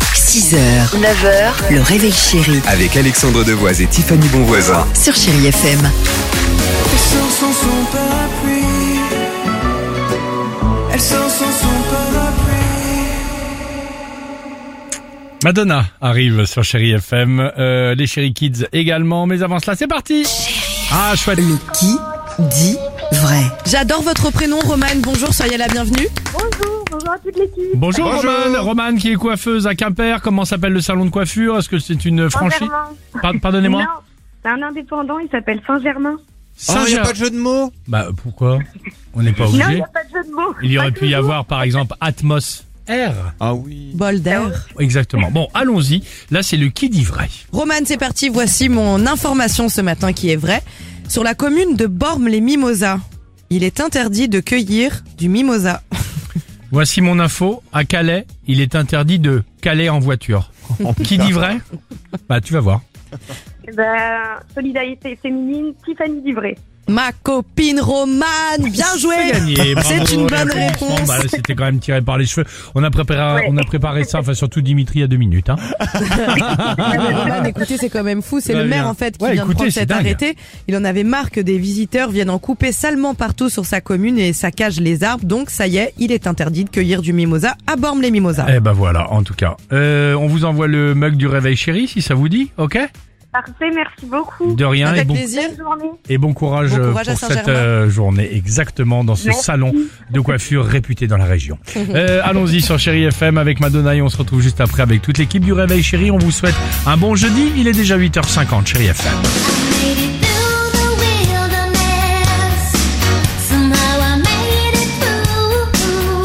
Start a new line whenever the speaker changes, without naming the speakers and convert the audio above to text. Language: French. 6h, 9h, le réveil chéri
Avec Alexandre Devoise et Tiffany Bonvoisin.
sur Chéri FM.
Elle sort sans son parapluie. Elle sort sans son parapluie.
Madonna arrive sur Chéri FM, euh, les Chéri Kids également, mais avant cela, c'est parti Ah, chouette
Le qui dit vrai.
J'adore votre prénom, Romane. Bonjour, soyez la bienvenue.
Bonjour, bonjour à toute l'équipe.
Bonjour, Romane, Romane qui est coiffeuse à Quimper, comment s'appelle le salon de coiffure Est-ce que c'est une franchise
Saint-Germain.
Par- Pardonnez-moi
Non, c'est un indépendant, il s'appelle Saint-Germain.
Saint-Germain.
jeu de mots
Bah pourquoi On n'est pas
Non, il n'y
obligé.
a pas de jeu de mots.
Il y aurait
Pas de
pu y
jeu de
avoir par exemple Atmos R.
Ah oui.
Bol d'air.
Exactement. Bon, allons-y. Là, c'est le qui dit vrai.
Romane, c'est parti. Voici mon information ce matin qui est vraie. Sur la commune de Bormes-les-Mimosas, il est interdit de cueillir du mimosa.
Voici mon info. À Calais, il est interdit de caler en voiture. qui dit vrai Bah tu vas voir.
mots. Ben, solidarité féminine, Tiffany Livré.
Ma copine Romane, bien joué.
C'est gagné. bravo,
C'est une bonne
l'applaudissement.
réponse.
Bah, C'était quand même tiré par les cheveux. On a préparé,
Ouais.
on a préparé ça, enfin surtout Dimitri à deux minutes. Hein.
Ah, Romane, écoutez, c'est quand même fou. C'est
Très
le maire
bien.
en fait qui
Bah hein. Ouais,
vient
écoutez,
de prendre
c'est
cet
dingue.
arrêté. Il en avait marre que des visiteurs viennent en couper salement partout sur sa commune et saccagent les arbres. Donc ça y est, il est interdit de cueillir du mimosa à Bormes-les-Mimosas.
Eh ben voilà, en tout cas. Euh, on vous envoie le mug du réveil chéri si ça vous dit, ok
Parfait, merci beaucoup.
De rien et
Avec
bon,
plaisir.
Bonne journée.
et bon courage,
Bon
euh,
courage à
pour cette
Saint-Germain.
euh, journée exactement dans ce
Merci.
salon de coiffure réputé dans la région. Euh, Allons-y sur Chéri FM avec Madonna et on se retrouve juste après avec toute l'équipe du réveil chéri. On vous souhaite un bon jeudi. Il est déjà 8h50 Chéri FM.
Made it through the wilderness. Somehow I made it through.